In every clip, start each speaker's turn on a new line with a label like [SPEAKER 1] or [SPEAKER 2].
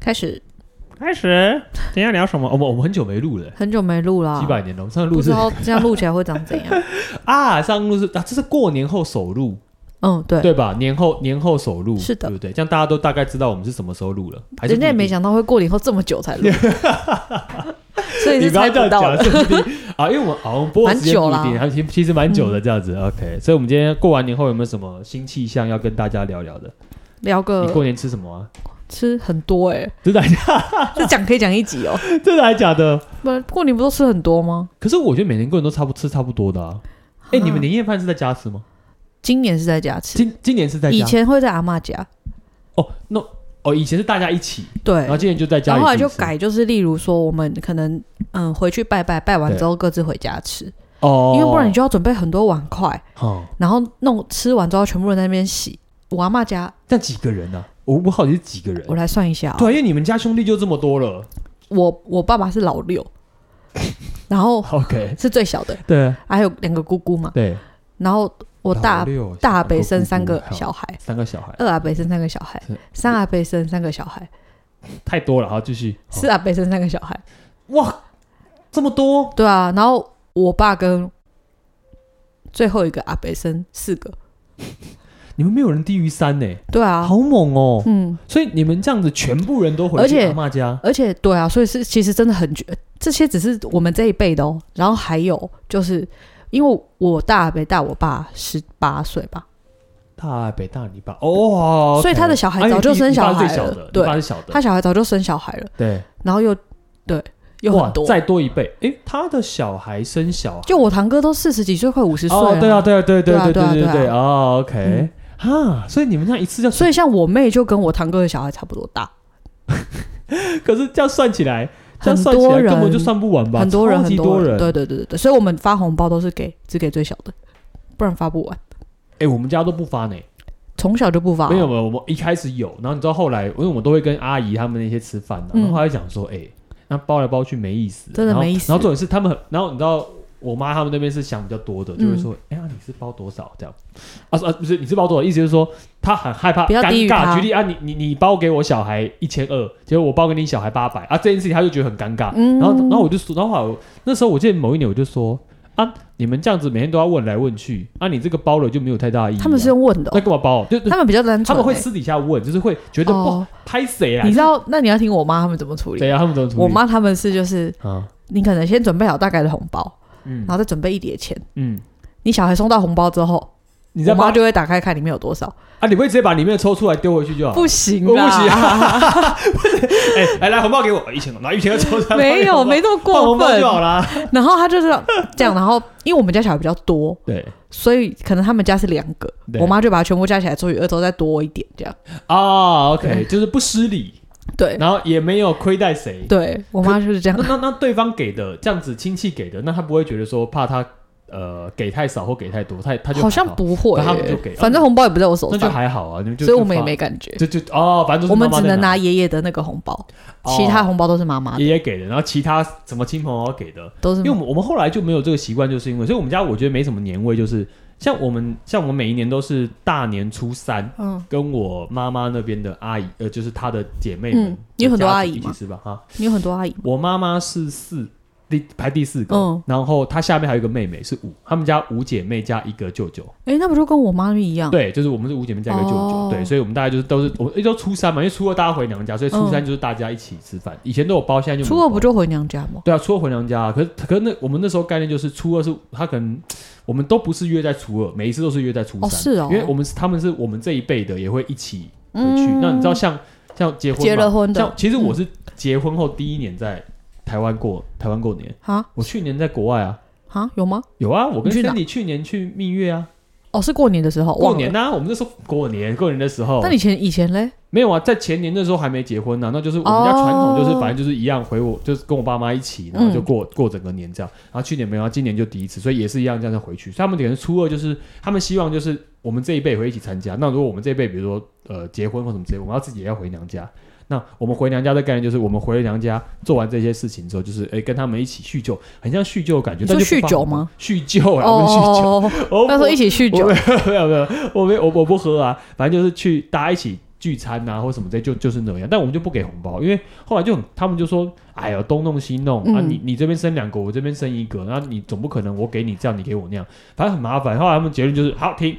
[SPEAKER 1] 开始
[SPEAKER 2] 开始，今天聊什么？哦，我我们很久没录了，
[SPEAKER 1] 很久没录了
[SPEAKER 2] 几，百年了。我们上次
[SPEAKER 1] 不
[SPEAKER 2] 录
[SPEAKER 1] 知
[SPEAKER 2] 是
[SPEAKER 1] 道这样录起来会长怎 样。
[SPEAKER 2] 啊，上次录是啊，这是过年后首录，
[SPEAKER 1] 嗯，对，
[SPEAKER 2] 对吧？年后年后首录，
[SPEAKER 1] 是的
[SPEAKER 2] 对不对？这样大家都大概知道我们是什么时候录了。还是
[SPEAKER 1] 人家也
[SPEAKER 2] 不一
[SPEAKER 1] 没
[SPEAKER 2] 定，
[SPEAKER 1] 想到会过年后这么久才录， 所以
[SPEAKER 2] 你
[SPEAKER 1] 是
[SPEAKER 2] 不
[SPEAKER 1] 猜
[SPEAKER 2] 要这
[SPEAKER 1] 不
[SPEAKER 2] 样
[SPEAKER 1] 到
[SPEAKER 2] 讲，
[SPEAKER 1] 的。
[SPEAKER 2] 是不一定啊，因为我们好像播的时间不一
[SPEAKER 1] 蛮久
[SPEAKER 2] 定，
[SPEAKER 1] 啦
[SPEAKER 2] 还其其实蛮久的这样子。OK，所以我们今天过完年后有没有什么新气象要跟大家聊聊的？
[SPEAKER 1] 聊
[SPEAKER 2] 你
[SPEAKER 1] 个
[SPEAKER 2] 过年吃什么啊？
[SPEAKER 1] 吃很多 哎，
[SPEAKER 2] 真的还假
[SPEAKER 1] 这讲可以讲一集哦。
[SPEAKER 2] 真的还假的？
[SPEAKER 1] 不，过年不都吃很多吗？
[SPEAKER 2] 可是我觉得每年过年都差不吃差不多的啊。哎，你们
[SPEAKER 1] 啊
[SPEAKER 2] 年夜饭是在家吃吗？
[SPEAKER 1] 今年是在家吃，
[SPEAKER 2] 今今年是在
[SPEAKER 1] 以
[SPEAKER 2] 家
[SPEAKER 1] 前会在阿嬷家，
[SPEAKER 2] 哦，那哦，以前是大家一起，
[SPEAKER 1] 对
[SPEAKER 2] 然，后今年就在家
[SPEAKER 1] 然
[SPEAKER 2] 里
[SPEAKER 1] 后
[SPEAKER 2] 自己吃，
[SPEAKER 1] 后来就改，就是例如说我们可能嗯回去拜拜，拜完
[SPEAKER 2] 对
[SPEAKER 1] 之后各自回家吃，
[SPEAKER 2] 哦，
[SPEAKER 1] 因为不然你就要准备很多碗筷，
[SPEAKER 2] 哦，
[SPEAKER 1] 然后弄吃完之后全部人在那边洗。我阿嬷家，
[SPEAKER 2] 但几个人呢、我我好奇是几个人？
[SPEAKER 1] 我来算一下、
[SPEAKER 2] 对
[SPEAKER 1] 哦，
[SPEAKER 2] 啊，因为你们家兄弟就这么多了。
[SPEAKER 1] 我我爸爸是老六，然后
[SPEAKER 2] OK，
[SPEAKER 1] 是最小的，
[SPEAKER 2] 对
[SPEAKER 1] 还有两个姑姑嘛，
[SPEAKER 2] 对，
[SPEAKER 1] 然后我
[SPEAKER 2] 老
[SPEAKER 1] 大
[SPEAKER 2] 六
[SPEAKER 1] 大阿
[SPEAKER 2] 小
[SPEAKER 1] 伯
[SPEAKER 2] 姑
[SPEAKER 1] 生
[SPEAKER 2] 姑
[SPEAKER 1] 三个
[SPEAKER 2] 还有
[SPEAKER 1] 小孩，呃
[SPEAKER 2] 三个小孩
[SPEAKER 1] 二阿伯生三个小孩
[SPEAKER 2] 是，
[SPEAKER 1] 三阿伯生三个小孩，
[SPEAKER 2] 太多了，好继续。哦
[SPEAKER 1] 四阿伯生三个小孩，
[SPEAKER 2] 哇，这么多
[SPEAKER 1] 对啊，然后我爸跟最后一个阿伯生四个，
[SPEAKER 2] 你们没有人低于三呢、
[SPEAKER 1] 对啊，
[SPEAKER 2] 好猛哦！
[SPEAKER 1] 嗯，
[SPEAKER 2] 所以你们这样子，全部人都回
[SPEAKER 1] 而
[SPEAKER 2] 去
[SPEAKER 1] 且
[SPEAKER 2] 阿妈家，
[SPEAKER 1] 而且对啊，所以是其实真的很绝，这些只是我们这一辈的哦。然后还有就是，因为我大阿伯大我爸十八岁吧，
[SPEAKER 2] 大北大你爸哦，
[SPEAKER 1] 所以他的小孩早就生小孩
[SPEAKER 2] 了，你爸是最小的
[SPEAKER 1] 了对
[SPEAKER 2] 你爸是小的，
[SPEAKER 1] 他小孩早就生小孩了，
[SPEAKER 2] 对，
[SPEAKER 1] 然后又对又
[SPEAKER 2] 哇
[SPEAKER 1] 很，多，
[SPEAKER 2] 再多一倍。诶，他的小孩生小孩，
[SPEAKER 1] 就我堂哥都四十几岁，快五十岁了、
[SPEAKER 2] 哦，对啊，对啊，对对对
[SPEAKER 1] 对啊
[SPEAKER 2] 对
[SPEAKER 1] 对啊
[SPEAKER 2] 对
[SPEAKER 1] 对啊
[SPEAKER 2] 哦，OK，哈，所以你们这样一次就，
[SPEAKER 1] 所以像我妹就跟我堂哥的小孩差不多大，
[SPEAKER 2] 可是这样算起来，这样
[SPEAKER 1] 很
[SPEAKER 2] 算起
[SPEAKER 1] 多
[SPEAKER 2] 来
[SPEAKER 1] 人
[SPEAKER 2] 根本就算不完吧？
[SPEAKER 1] 很多人
[SPEAKER 2] 超
[SPEAKER 1] 很
[SPEAKER 2] 级多
[SPEAKER 1] 人，对对对对对，所以我们发红包都是给只给最小的，不然发不完，
[SPEAKER 2] 哎，我们家都不发呢，
[SPEAKER 1] 从小就不发、哦
[SPEAKER 2] 没有没有，我们一开始有，然后你知道后来，因为我们都会跟阿姨他们那些吃饭啊，然后
[SPEAKER 1] 嗯
[SPEAKER 2] 后来讲说，哎，那包来包去没意思，
[SPEAKER 1] 真的
[SPEAKER 2] 然后
[SPEAKER 1] 没意思
[SPEAKER 2] 然后重点是他们很，然后你知道。我妈他们那边是想比较多的，就会
[SPEAKER 1] 嗯
[SPEAKER 2] 说：“哎呀，你是包多少？”这样啊啊，不是你是包多少？意思就是说她很害怕
[SPEAKER 1] 不要
[SPEAKER 2] 尴
[SPEAKER 1] 低于
[SPEAKER 2] 尬。
[SPEAKER 1] 她
[SPEAKER 2] 举例啊，你你你包给我小孩一千二，结果我包给你小孩八百啊，这件事情她就觉得很尴尬。
[SPEAKER 1] 嗯
[SPEAKER 2] 然后，然后我就说，然后后来我那时候我记得某一年我就说啊，你们这样子每天都要问来问去，啊，你这个包了就没有太大意义啊、
[SPEAKER 1] 他们是用问的、
[SPEAKER 2] 那
[SPEAKER 1] 哦，
[SPEAKER 2] 干嘛包？就
[SPEAKER 1] 他们比较单纯、
[SPEAKER 2] 他们会
[SPEAKER 1] 欸
[SPEAKER 2] 私底下问，就是会觉得哇
[SPEAKER 1] 哦，
[SPEAKER 2] 拍谁啦？
[SPEAKER 1] 你知道？那你要听我妈他们怎么处理
[SPEAKER 2] 对？呀、啊，他们怎么处理？
[SPEAKER 1] 我妈他们是就是，
[SPEAKER 2] 啊，
[SPEAKER 1] 你可能先准备好大概的红包，
[SPEAKER 2] 嗯
[SPEAKER 1] 然后再准备一叠钱。
[SPEAKER 2] 嗯，
[SPEAKER 1] 你小孩收到红包之后，
[SPEAKER 2] 你
[SPEAKER 1] 我
[SPEAKER 2] 在
[SPEAKER 1] 妈
[SPEAKER 2] 包
[SPEAKER 1] 就会打开看里面有多少。
[SPEAKER 2] 啊？你不会直接把里面的抽出来丢回去就好？
[SPEAKER 1] 不行
[SPEAKER 2] 哦我不
[SPEAKER 1] 啦，
[SPEAKER 2] 行 啊哎、来来，红包给我一千，拿一千二抽出来，
[SPEAKER 1] 没有没那么
[SPEAKER 2] 换
[SPEAKER 1] 过
[SPEAKER 2] 红包就好
[SPEAKER 1] 分。
[SPEAKER 2] 啦。
[SPEAKER 1] 然后她就是这 样，然后因为我们家小孩比较多，
[SPEAKER 2] 对
[SPEAKER 1] 所以可能他们家是两个，
[SPEAKER 2] 对
[SPEAKER 1] 我妈就把它全部加起来除以二之后再多一点，这样。
[SPEAKER 2] 啊，OK，
[SPEAKER 1] 对
[SPEAKER 2] 就是不失礼，
[SPEAKER 1] 对
[SPEAKER 2] 然后也没有亏待谁。
[SPEAKER 1] 对，我妈就是这样
[SPEAKER 2] 那。那那对方给的这样子，亲戚给的，那他不会觉得说怕他呃给太少或给太多，他他就
[SPEAKER 1] 好
[SPEAKER 2] 还
[SPEAKER 1] 像不会
[SPEAKER 2] 那他们
[SPEAKER 1] 欸、
[SPEAKER 2] 就给
[SPEAKER 1] 反正红包也不在我手
[SPEAKER 2] 那就
[SPEAKER 1] 上，
[SPEAKER 2] 还好啊，你们就
[SPEAKER 1] 所以我们也
[SPEAKER 2] 就
[SPEAKER 1] 没感觉。
[SPEAKER 2] 就就哦，反正都
[SPEAKER 1] 我
[SPEAKER 2] 是妈
[SPEAKER 1] 们
[SPEAKER 2] 妈
[SPEAKER 1] 只
[SPEAKER 2] 在
[SPEAKER 1] 能拿爷爷的那个红包，其他
[SPEAKER 2] 哦
[SPEAKER 1] 红包都是妈妈的，
[SPEAKER 2] 爷爷给的，然后其他什么亲朋好友给的，
[SPEAKER 1] 都是
[SPEAKER 2] 因为我们我们后来就没有这个习惯，就是因为所以我们家我觉得没什么年味，就是像我们像我们每一年都是大年初三。
[SPEAKER 1] 嗯，
[SPEAKER 2] 跟我妈妈那边的阿姨，呃，就是她的姐妹们，
[SPEAKER 1] 嗯你有很多
[SPEAKER 2] 家族
[SPEAKER 1] 阿姨
[SPEAKER 2] 一起
[SPEAKER 1] 吗
[SPEAKER 2] 吃吧，哈，
[SPEAKER 1] 你有很多阿姨吗，
[SPEAKER 2] 我妈妈是四第排第四个，
[SPEAKER 1] 嗯
[SPEAKER 2] 然后她下面还有一个妹妹是五，她们家五姐妹加一个舅舅，
[SPEAKER 1] 哎、那不就跟我妈咪一样？
[SPEAKER 2] 对，就是我们是五姐妹加一个舅舅，
[SPEAKER 1] 嗯哦
[SPEAKER 2] 对，所以我们大概就是都是我们因为都初三嘛，因为初二大家回娘家，所以初三
[SPEAKER 1] 嗯
[SPEAKER 2] 就是大家一起吃饭，以前都有包，现在就没
[SPEAKER 1] 初二
[SPEAKER 2] 包
[SPEAKER 1] 不就回娘家吗？
[SPEAKER 2] 对啊，初二回娘家、啊，可是可是那我们那时候概念就是初二是他可能我们都不是约在初二，每一次都是约在初三，
[SPEAKER 1] 哦是哦
[SPEAKER 2] 因为我们是他们是我们这一辈的也会一起回去。
[SPEAKER 1] 嗯
[SPEAKER 2] 那你知道像像结婚嘛
[SPEAKER 1] 结了婚的嗯
[SPEAKER 2] 像其实我是结婚后第一年在台湾过、台湾过年，
[SPEAKER 1] 啊
[SPEAKER 2] 我去年在国外啊，
[SPEAKER 1] 啊，有吗？
[SPEAKER 2] 有啊，我跟
[SPEAKER 1] 你去哪
[SPEAKER 2] Sandy 去年去蜜月啊，
[SPEAKER 1] 哦，是过年的时候，
[SPEAKER 2] 过
[SPEAKER 1] 忘了
[SPEAKER 2] 年。啊，我们那时候过年过年的时候，
[SPEAKER 1] 那你前以前嘞？
[SPEAKER 2] 没有啊，在前年那时候还没结婚呢、啊那就是我们家传统就是反正就是一样回
[SPEAKER 1] 哦
[SPEAKER 2] 我就是跟我爸妈一起，然后就
[SPEAKER 1] 嗯
[SPEAKER 2] 过、过整个年这样。然后去年没有，然啊后今年就第一次，所以也是一样这样再回去。所以他们可能初二就是他们希望就是我们这一辈会一起参加。那如果我们这一辈比如说呃结婚或什么之类，我们要自己也要回娘家。那我们回娘家的概念就是我们回了娘家做完这些事情之后，就是哎跟他们一起叙旧，很像叙旧的感觉。
[SPEAKER 1] 你说
[SPEAKER 2] 但就不
[SPEAKER 1] 酗酒
[SPEAKER 2] 发
[SPEAKER 1] 吗？
[SPEAKER 2] 叙旧啊，不是叙旧。
[SPEAKER 1] 哦，
[SPEAKER 2] 我
[SPEAKER 1] 那时候一起酗
[SPEAKER 2] 我
[SPEAKER 1] 酒
[SPEAKER 2] 没有没有没有，我没我我不喝啊，反正就是去大家一起聚餐呐、或什么这就就是那样，但我们就不给红包，因为后来就很他们就说，哎呀，东弄西弄、啊，
[SPEAKER 1] 嗯
[SPEAKER 2] 你你这边生两个，我这边生一个，那你总不可能我给你这样，你给我那样，反正很麻烦。后来他们结论就是，好停，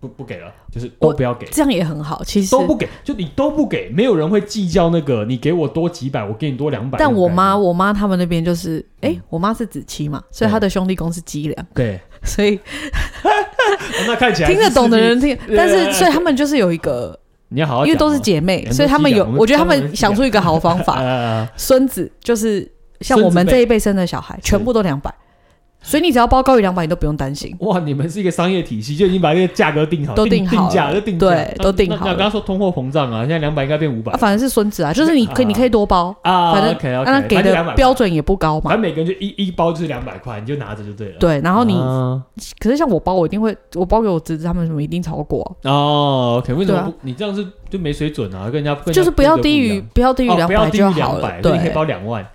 [SPEAKER 2] 不不给了，就是都
[SPEAKER 1] 我
[SPEAKER 2] 不要给。
[SPEAKER 1] 这样也很好。其实
[SPEAKER 2] 都不给，就你都不给，没有人会计较那个你给我多几百，我给你多两百。
[SPEAKER 1] 但我
[SPEAKER 2] 那
[SPEAKER 1] 妈，
[SPEAKER 2] 种
[SPEAKER 1] 我妈他们那边就是，
[SPEAKER 2] 嗯
[SPEAKER 1] 哎、我妈是子期嘛，所以
[SPEAKER 2] 对
[SPEAKER 1] 她的兄弟宫是脊 梁，
[SPEAKER 2] 概念
[SPEAKER 1] 所以
[SPEAKER 2] 对，哦那看起来
[SPEAKER 1] 听得
[SPEAKER 2] 是
[SPEAKER 1] 懂的
[SPEAKER 2] 势必，
[SPEAKER 1] 人听，
[SPEAKER 2] 对
[SPEAKER 1] 但
[SPEAKER 2] 对
[SPEAKER 1] 是
[SPEAKER 2] 对
[SPEAKER 1] 所以他们就是有一个，
[SPEAKER 2] 你要好好讲哦，
[SPEAKER 1] 因为都是姐妹
[SPEAKER 2] 很，多
[SPEAKER 1] 所以他们
[SPEAKER 2] 脊
[SPEAKER 1] 有
[SPEAKER 2] 梁，
[SPEAKER 1] 我觉得他
[SPEAKER 2] 我们
[SPEAKER 1] 们
[SPEAKER 2] 专
[SPEAKER 1] 想
[SPEAKER 2] 门
[SPEAKER 1] 出一个好方 法，
[SPEAKER 2] 呃，
[SPEAKER 1] 孙子就是像
[SPEAKER 2] 孙子
[SPEAKER 1] 我们
[SPEAKER 2] 辈
[SPEAKER 1] 这一辈生的小孩，全部都两百，所以你只要包高于两百，你都不用担心。
[SPEAKER 2] 哇，你们是一个商业体系，就已经把这个价格定好，
[SPEAKER 1] 都
[SPEAKER 2] 定
[SPEAKER 1] 定好了
[SPEAKER 2] 价，就定价
[SPEAKER 1] 对
[SPEAKER 2] 那
[SPEAKER 1] 都定
[SPEAKER 2] 那
[SPEAKER 1] 好
[SPEAKER 2] 那
[SPEAKER 1] 了
[SPEAKER 2] 刚刚说通货膨胀啊，现在两百应该变五百
[SPEAKER 1] 啊，反正是孙子啊，就是你可以，
[SPEAKER 2] 啊
[SPEAKER 1] 你可以多包，
[SPEAKER 2] 啊，
[SPEAKER 1] 反正
[SPEAKER 2] OK OK，
[SPEAKER 1] 那给的标，准也不高嘛。
[SPEAKER 2] 反正每个人就一一包就是两百块，你就拿着就对了。，
[SPEAKER 1] 对，然后你，
[SPEAKER 2] 啊
[SPEAKER 1] 可是像我包，我一定会，我包给我侄子他们什么一定超过啊，
[SPEAKER 2] 哦，OK，为什
[SPEAKER 1] 对
[SPEAKER 2] 么
[SPEAKER 1] 啊
[SPEAKER 2] 不你这样是就没水准啊？跟人家跟人家
[SPEAKER 1] 就是不要
[SPEAKER 2] 规则
[SPEAKER 1] 低
[SPEAKER 2] 一
[SPEAKER 1] 于
[SPEAKER 2] 样
[SPEAKER 1] 不要低于
[SPEAKER 2] 哦
[SPEAKER 1] 两
[SPEAKER 2] 不要
[SPEAKER 1] 百
[SPEAKER 2] 低于
[SPEAKER 1] 就好
[SPEAKER 2] 两
[SPEAKER 1] 了。
[SPEAKER 2] 百，所以你可以
[SPEAKER 1] 对，
[SPEAKER 2] 包两万， 啊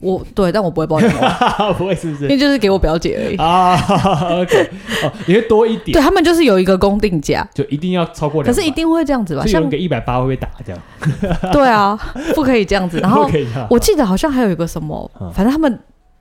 [SPEAKER 1] 我对，但我不会包两百，
[SPEAKER 2] 不会是不
[SPEAKER 1] 因
[SPEAKER 2] 是？
[SPEAKER 1] 为就是给我表姐而已。
[SPEAKER 2] 啊 ，OK，哦，你会多一点，
[SPEAKER 1] 对他们就是有一个公定价，
[SPEAKER 2] 就一定要超过200。
[SPEAKER 1] 可是一定会这样子吧？
[SPEAKER 2] 所以有人
[SPEAKER 1] 像
[SPEAKER 2] 给一百八会被打这样，
[SPEAKER 1] 对啊，不可以这样子。 然后
[SPEAKER 2] 可以这样
[SPEAKER 1] 我记得好像还有一个什么
[SPEAKER 2] 嗯，
[SPEAKER 1] 反正他们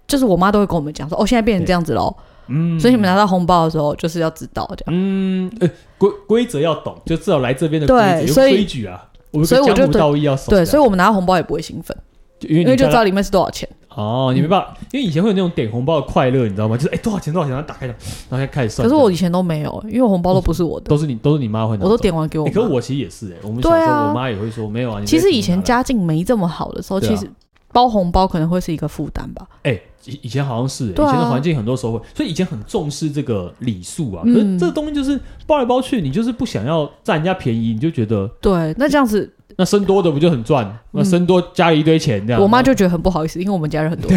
[SPEAKER 1] 就是我妈都会跟我们讲说，哦，现在变成这样子喽，
[SPEAKER 2] 嗯
[SPEAKER 1] 所以你们拿到红包的时候就是要知道这样。
[SPEAKER 2] 嗯，呃，规规则要懂，就至少来这边的规
[SPEAKER 1] 对
[SPEAKER 2] 则有
[SPEAKER 1] 所以
[SPEAKER 2] 规矩啊。我们
[SPEAKER 1] 所以我就
[SPEAKER 2] 江湖
[SPEAKER 1] 对
[SPEAKER 2] 道义要哦守这
[SPEAKER 1] 对，
[SPEAKER 2] 样。
[SPEAKER 1] 所以我们拿到红包也不会兴奋，
[SPEAKER 2] 就因为
[SPEAKER 1] 因
[SPEAKER 2] 你
[SPEAKER 1] 为就
[SPEAKER 2] 知
[SPEAKER 1] 知
[SPEAKER 2] 道
[SPEAKER 1] 道里面是多少钱。
[SPEAKER 2] 哦，你没办法，因为以前会有那种点红包的快乐，你知道吗？就是哎多少钱多少钱，然后打开然后先开始算。
[SPEAKER 1] 可是我以前都没有，因为我红包都不是我的，
[SPEAKER 2] 都是你都是你妈会拿走，
[SPEAKER 1] 我都点完给我
[SPEAKER 2] 哎。可是
[SPEAKER 1] 妈。
[SPEAKER 2] 我其实也是哎，我们小时
[SPEAKER 1] 对
[SPEAKER 2] 候
[SPEAKER 1] 啊
[SPEAKER 2] 我妈也会说没有啊。你
[SPEAKER 1] 其
[SPEAKER 2] 这
[SPEAKER 1] 实以
[SPEAKER 2] 钱拿
[SPEAKER 1] 前
[SPEAKER 2] 来
[SPEAKER 1] 家境没这么好的时候，
[SPEAKER 2] 对啊
[SPEAKER 1] 其实包红包可能会是一个负担吧。
[SPEAKER 2] 哎，以以前好像是、欸，以
[SPEAKER 1] 对啊
[SPEAKER 2] 前的环境很多时候会，所以以前很重视这个礼数啊。可
[SPEAKER 1] 嗯
[SPEAKER 2] 是这东西就是包来包去，你就是不想要占人家便宜，你就觉得
[SPEAKER 1] 对，那这样子
[SPEAKER 2] 那生多的不就很赚？那生多加了一堆钱这样。
[SPEAKER 1] 嗯我妈就觉得很不好意思，因为我们家人 很多，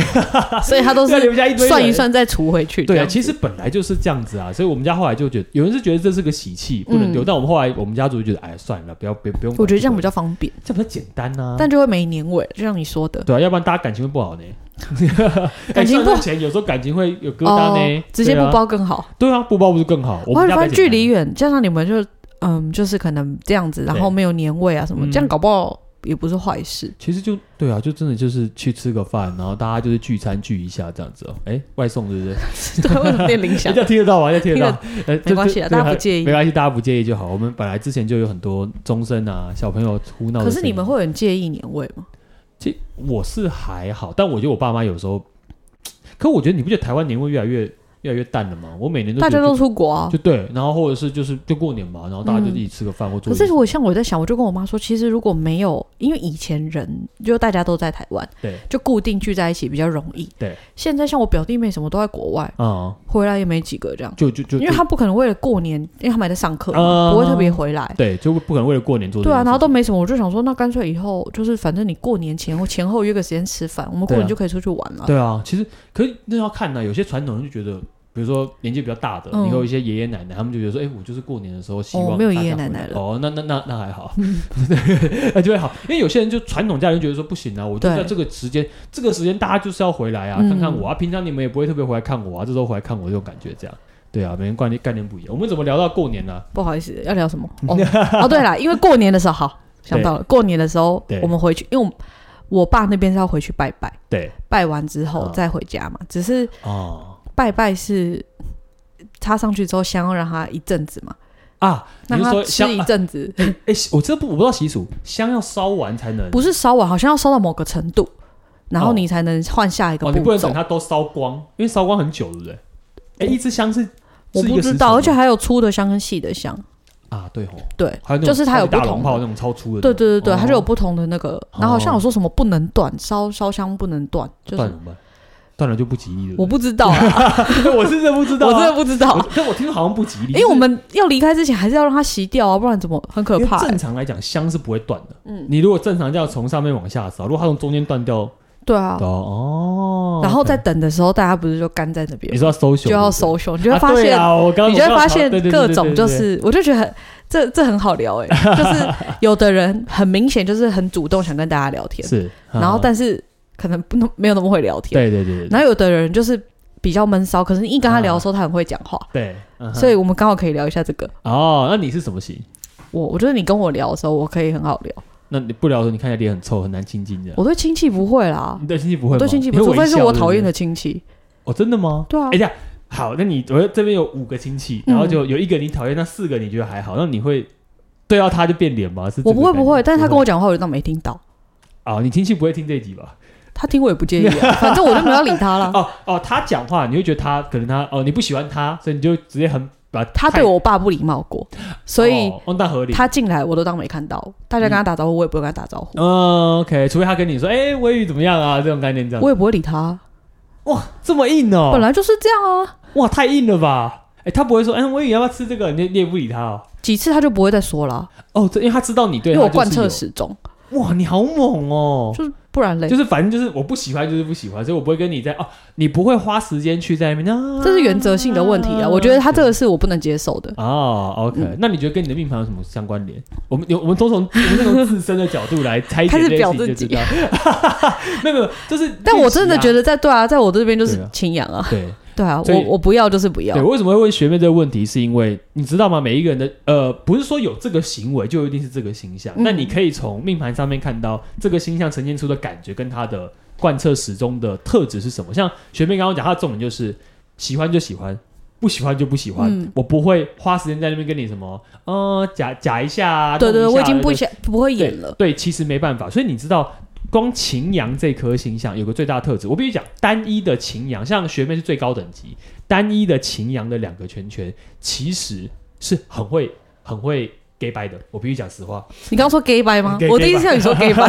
[SPEAKER 1] 所以她都
[SPEAKER 2] 对啊你
[SPEAKER 1] 是
[SPEAKER 2] 们家一堆人
[SPEAKER 1] 算一。算再除回去。这
[SPEAKER 2] 对啊，
[SPEAKER 1] 样子
[SPEAKER 2] 其实本来就是这样子啊，所以我们家后来就觉得，有人是觉得这是个喜气，不能丢。
[SPEAKER 1] 嗯
[SPEAKER 2] 但我们后来，我们家族就觉得，哎，算了，不要，别不用管个。
[SPEAKER 1] 我觉得这样比较方便，
[SPEAKER 2] 这样比较简单呐、
[SPEAKER 1] 但就会没年尾，就像你说的。
[SPEAKER 2] 嗯对啊，要不然大家感情会不好呢。
[SPEAKER 1] 感情
[SPEAKER 2] 哎算
[SPEAKER 1] 不哦
[SPEAKER 2] 上钱有时候感情会有疙瘩呢。
[SPEAKER 1] 直接
[SPEAKER 2] 对
[SPEAKER 1] 不
[SPEAKER 2] 啊。
[SPEAKER 1] 包更好。
[SPEAKER 2] 对啊，不包不是更好？我
[SPEAKER 1] 我
[SPEAKER 2] 们
[SPEAKER 1] 会
[SPEAKER 2] 家
[SPEAKER 1] 发
[SPEAKER 2] 比较
[SPEAKER 1] 现距
[SPEAKER 2] 简单
[SPEAKER 1] 离远，加上你们就嗯，就是可能这样子，然后
[SPEAKER 2] 对
[SPEAKER 1] 没有年味啊什么，
[SPEAKER 2] 嗯
[SPEAKER 1] 这样搞不好也不是坏事。
[SPEAKER 2] 其实就对啊，就真的就是去吃个饭，然后大家就是聚餐聚一下这样子哦。哎，外送对不对？
[SPEAKER 1] 对，为什么变铃响
[SPEAKER 2] 人？家听得到吗？人家听得到，呃
[SPEAKER 1] 没关 系啊
[SPEAKER 2] 就就
[SPEAKER 1] 大家不介意
[SPEAKER 2] 没关系，大家不介意就好。我们本来之前就有很多钟声啊，小朋友胡闹
[SPEAKER 1] 可
[SPEAKER 2] 的声音。
[SPEAKER 1] 是你们会很介意年味吗？
[SPEAKER 2] 其实我是还好，但我觉得我爸妈有时候，可我觉得你不觉得台湾年味越来越越来越淡了吗？我每年都
[SPEAKER 1] 大
[SPEAKER 2] 觉
[SPEAKER 1] 家
[SPEAKER 2] 得
[SPEAKER 1] 都
[SPEAKER 2] 就
[SPEAKER 1] 出国啊
[SPEAKER 2] 就。对，然后或者是就是就过年嘛，然后大家就一起吃个饭或
[SPEAKER 1] 可
[SPEAKER 2] 做一些。
[SPEAKER 1] 是我像我在想，我就跟我妈说，其实如果没有，因为以前人就大家都在台湾，
[SPEAKER 2] 对，
[SPEAKER 1] 就固定聚在一起比较容易。
[SPEAKER 2] 对，
[SPEAKER 1] 现在像我表弟妹什么都在国外，
[SPEAKER 2] 啊、
[SPEAKER 1] 回来也没几个这样，
[SPEAKER 2] 就就就
[SPEAKER 1] 因为他不可能为了过年，因为他们还在上课嘛，
[SPEAKER 2] 嗯啊
[SPEAKER 1] 不会特别回来。
[SPEAKER 2] 对，就不可能为了过年做这
[SPEAKER 1] 对
[SPEAKER 2] 件
[SPEAKER 1] 啊，
[SPEAKER 2] 事
[SPEAKER 1] 然后
[SPEAKER 2] 情
[SPEAKER 1] 都没什么，我就想说，那干脆以后就是，反正你过年前或前后约个时间吃饭，我们过
[SPEAKER 2] 对啊
[SPEAKER 1] 年就可以出去玩了。
[SPEAKER 2] 对啊，其实可是那要看呢、有些传统人就觉得，比如说年纪比较大的，
[SPEAKER 1] 嗯
[SPEAKER 2] 你有一些爷爷奶奶，他们就觉得说，哎、我就是过年的时候希望
[SPEAKER 1] 哦没有
[SPEAKER 2] 大家
[SPEAKER 1] 爷爷奶
[SPEAKER 2] 回来
[SPEAKER 1] 奶了
[SPEAKER 2] 哦，那那那那 还好， 对，那就会好，因为有些人就传统家人觉得说不行啊，我就
[SPEAKER 1] 对
[SPEAKER 2] 在这个时间，这个时间大家就是要回来啊，
[SPEAKER 1] 嗯
[SPEAKER 2] 看看我啊，平常你们也不会特别回来看我啊，这时候回来看我这种感觉这样。对啊，每人概念概念不一样。我们怎么聊到过年啊呢、
[SPEAKER 1] 不好意思，要聊 什么？哦，哦对了，因为过年的时候，好想到了，过年的时候
[SPEAKER 2] 对
[SPEAKER 1] 我们回去，因为我们我爸那边是要回去拜拜，
[SPEAKER 2] 对
[SPEAKER 1] 拜完之后
[SPEAKER 2] 嗯
[SPEAKER 1] 再回家嘛。只是
[SPEAKER 2] 哦
[SPEAKER 1] 拜拜是插上去之后，香要让它一阵子嘛，
[SPEAKER 2] 啊，你
[SPEAKER 1] 让
[SPEAKER 2] 是
[SPEAKER 1] 它
[SPEAKER 2] 说香
[SPEAKER 1] 吃一阵子，
[SPEAKER 2] 哎、我这不我不知道习俗，香要烧完才能，
[SPEAKER 1] 不是烧完，好像要烧到某个程度，然后
[SPEAKER 2] 哦
[SPEAKER 1] 你才能换下一个
[SPEAKER 2] 哦，你不
[SPEAKER 1] 步
[SPEAKER 2] 能等
[SPEAKER 1] 骤。
[SPEAKER 2] 它都烧光，因为烧光很久，对不对？哎、一支香是，
[SPEAKER 1] 我
[SPEAKER 2] 是一
[SPEAKER 1] 不
[SPEAKER 2] 个
[SPEAKER 1] 知
[SPEAKER 2] 时
[SPEAKER 1] 道，
[SPEAKER 2] 辰
[SPEAKER 1] 而且
[SPEAKER 2] 吗
[SPEAKER 1] 还有粗的香跟细的香，
[SPEAKER 2] 啊，对吼，
[SPEAKER 1] 对，
[SPEAKER 2] 还有那种
[SPEAKER 1] 就是它有
[SPEAKER 2] 超级大
[SPEAKER 1] 不同
[SPEAKER 2] 龙炮
[SPEAKER 1] 的
[SPEAKER 2] 那种超粗的那
[SPEAKER 1] 对
[SPEAKER 2] 种，
[SPEAKER 1] 对对对，
[SPEAKER 2] 哦
[SPEAKER 1] 它就有不同的那个，然后好像有说什么不能断，烧烧香不能断，就是
[SPEAKER 2] 断了吧，断了就不吉利了。
[SPEAKER 1] 我不知道啊，
[SPEAKER 2] 我是真的不知道
[SPEAKER 1] 我真
[SPEAKER 2] 啊、
[SPEAKER 1] 的不知道
[SPEAKER 2] 我，但我听好像不吉利，
[SPEAKER 1] 因为我们要离开之前还是要让它熄掉啊，不然怎么很可
[SPEAKER 2] 因为
[SPEAKER 1] 怕欸？
[SPEAKER 2] 正常来讲香是不会断的，嗯
[SPEAKER 1] 嗯，
[SPEAKER 2] 你如果正常这样从上面往下烧，如果它从中间断掉，
[SPEAKER 1] 对啊
[SPEAKER 2] 哦，哦，
[SPEAKER 1] 然后
[SPEAKER 2] OK
[SPEAKER 1] 在等的时候，大家不是就干在那
[SPEAKER 2] 你
[SPEAKER 1] 边，
[SPEAKER 2] 说要收手
[SPEAKER 1] 就要搜
[SPEAKER 2] 手，
[SPEAKER 1] 寻，你
[SPEAKER 2] 你
[SPEAKER 1] 就会发现，
[SPEAKER 2] 啊、我刚刚
[SPEAKER 1] 你就会
[SPEAKER 2] 我刚
[SPEAKER 1] 发
[SPEAKER 2] 刚
[SPEAKER 1] 现
[SPEAKER 2] 对对对
[SPEAKER 1] 各
[SPEAKER 2] 对
[SPEAKER 1] 种
[SPEAKER 2] 对
[SPEAKER 1] 就
[SPEAKER 2] 对
[SPEAKER 1] 是，我就觉得很这这很好 聊哎，就是有的人很明显就是很主动想跟大家聊天，
[SPEAKER 2] 是，
[SPEAKER 1] 然后
[SPEAKER 2] 啊
[SPEAKER 1] 但是可能不没有那么会聊天，
[SPEAKER 2] 对对对对对
[SPEAKER 1] 然后有的人就是比较闷骚，可是一跟他聊的时候，他很会讲话。
[SPEAKER 2] 对，嗯哼
[SPEAKER 1] 所以我们刚好可以聊一下这个。
[SPEAKER 2] 哦，那你是什么型？
[SPEAKER 1] 我我觉得你跟我聊的时候，我可以很好聊。
[SPEAKER 2] 那你不聊的时候，你看起来脸很臭，很难亲近这样。
[SPEAKER 1] 我对亲戚不会啦
[SPEAKER 2] 你，对亲戚不会吗？
[SPEAKER 1] 我对亲戚
[SPEAKER 2] 你
[SPEAKER 1] 不，
[SPEAKER 2] 会
[SPEAKER 1] 除
[SPEAKER 2] 微
[SPEAKER 1] 非是
[SPEAKER 2] 笑
[SPEAKER 1] 我
[SPEAKER 2] 对不
[SPEAKER 1] 讨厌
[SPEAKER 2] 对
[SPEAKER 1] 的亲戚。
[SPEAKER 2] 哦，真的吗？
[SPEAKER 1] 对啊
[SPEAKER 2] 哎、这样好，那你我这边有五个亲戚，
[SPEAKER 1] 嗯
[SPEAKER 2] 然后就有一个你讨厌，那四个你觉得还好，那你会对到他就变脸吗？是
[SPEAKER 1] 我不会不会，但是他跟
[SPEAKER 2] 我
[SPEAKER 1] 我讲话，我就当没听到。
[SPEAKER 2] 哦，你亲戚不会听这一集吧？
[SPEAKER 1] 他听我也不介意、 啊，反正我就没有要理他啦。
[SPEAKER 2] 哦哦，他讲话你会觉得他可能他哦你不喜欢他，所以你就直接很把哦
[SPEAKER 1] 他对我爸不礼貌过，所以
[SPEAKER 2] 哦，哦那合理。
[SPEAKER 1] 他进来我都当没看到。大家跟他打招呼，我也不会跟他打招呼，
[SPEAKER 2] 嗯，OK，除非他跟你说，哎、微雨怎么样啊？这种概念这样
[SPEAKER 1] 我，也不会理他。
[SPEAKER 2] 哇，这么硬哦，
[SPEAKER 1] 本来就是这样啊，
[SPEAKER 2] 哇，太硬了吧？哎、他不会说，哎、微雨要不要吃这个？你你也不理他哦。
[SPEAKER 1] 几次他就不会再说了，
[SPEAKER 2] 哦，这因为他知道你对
[SPEAKER 1] 因为
[SPEAKER 2] 他
[SPEAKER 1] 我
[SPEAKER 2] 就是有，
[SPEAKER 1] 贯彻始终，
[SPEAKER 2] 哇，你好猛哦！
[SPEAKER 1] 就是不然嘞
[SPEAKER 2] 就，是反正就是我不喜欢就是不喜欢，所以我不会跟你在哦，你不会花时间去在那边。啊、
[SPEAKER 1] 这是原则性的问题啊。
[SPEAKER 2] 嗯
[SPEAKER 1] 我觉得他这个是嗯我不能接受的。
[SPEAKER 2] 哦，OK，、那你觉得跟你的命盘有什么相关联？我们有我们都从我们这种自身的角度来拆 解
[SPEAKER 1] 开始
[SPEAKER 2] 这件
[SPEAKER 1] 表
[SPEAKER 2] 事情就
[SPEAKER 1] 自
[SPEAKER 2] 知
[SPEAKER 1] 己
[SPEAKER 2] 道， 没有没有，就是
[SPEAKER 1] 但我真的觉
[SPEAKER 2] 得
[SPEAKER 1] 得在对啊，在我这边就
[SPEAKER 2] 对
[SPEAKER 1] 是
[SPEAKER 2] 啊
[SPEAKER 1] 清扬啊，
[SPEAKER 2] 对。
[SPEAKER 1] 对啊，
[SPEAKER 2] 所以
[SPEAKER 1] 我我不要就是不要
[SPEAKER 2] 对，，我为什么会问学妹这个问题？是因为你知道吗？每一个人的呃，不是说有这个行为就一定是这个形象。
[SPEAKER 1] 嗯
[SPEAKER 2] 那你可以从命盘上面看到这个形象呈现出的感觉跟他的贯彻始终的特质是什么。像学妹刚刚讲，她的重点就是喜欢就喜欢。不喜欢就不喜欢，
[SPEAKER 1] 嗯
[SPEAKER 2] 我不会花时间在那边跟你什么，呃，假假一下啊，
[SPEAKER 1] 对对，
[SPEAKER 2] 弄一
[SPEAKER 1] 对我
[SPEAKER 2] 下
[SPEAKER 1] 已经
[SPEAKER 2] 对
[SPEAKER 1] 不想不会
[SPEAKER 2] 对
[SPEAKER 1] 演了，
[SPEAKER 2] 对，其实没办法，所以你知道，光秦阳这颗星象有个最大的特质，我必须讲，单一的秦阳，像学妹是最高等级，单一的秦阳的两个圈圈，其实是很会很会 gay 掰的。我必须讲实话，
[SPEAKER 1] 你刚刚说 gay 拜吗
[SPEAKER 2] 对？
[SPEAKER 1] 我第一次
[SPEAKER 2] 嗯 gay
[SPEAKER 1] 听你说 gay 拜，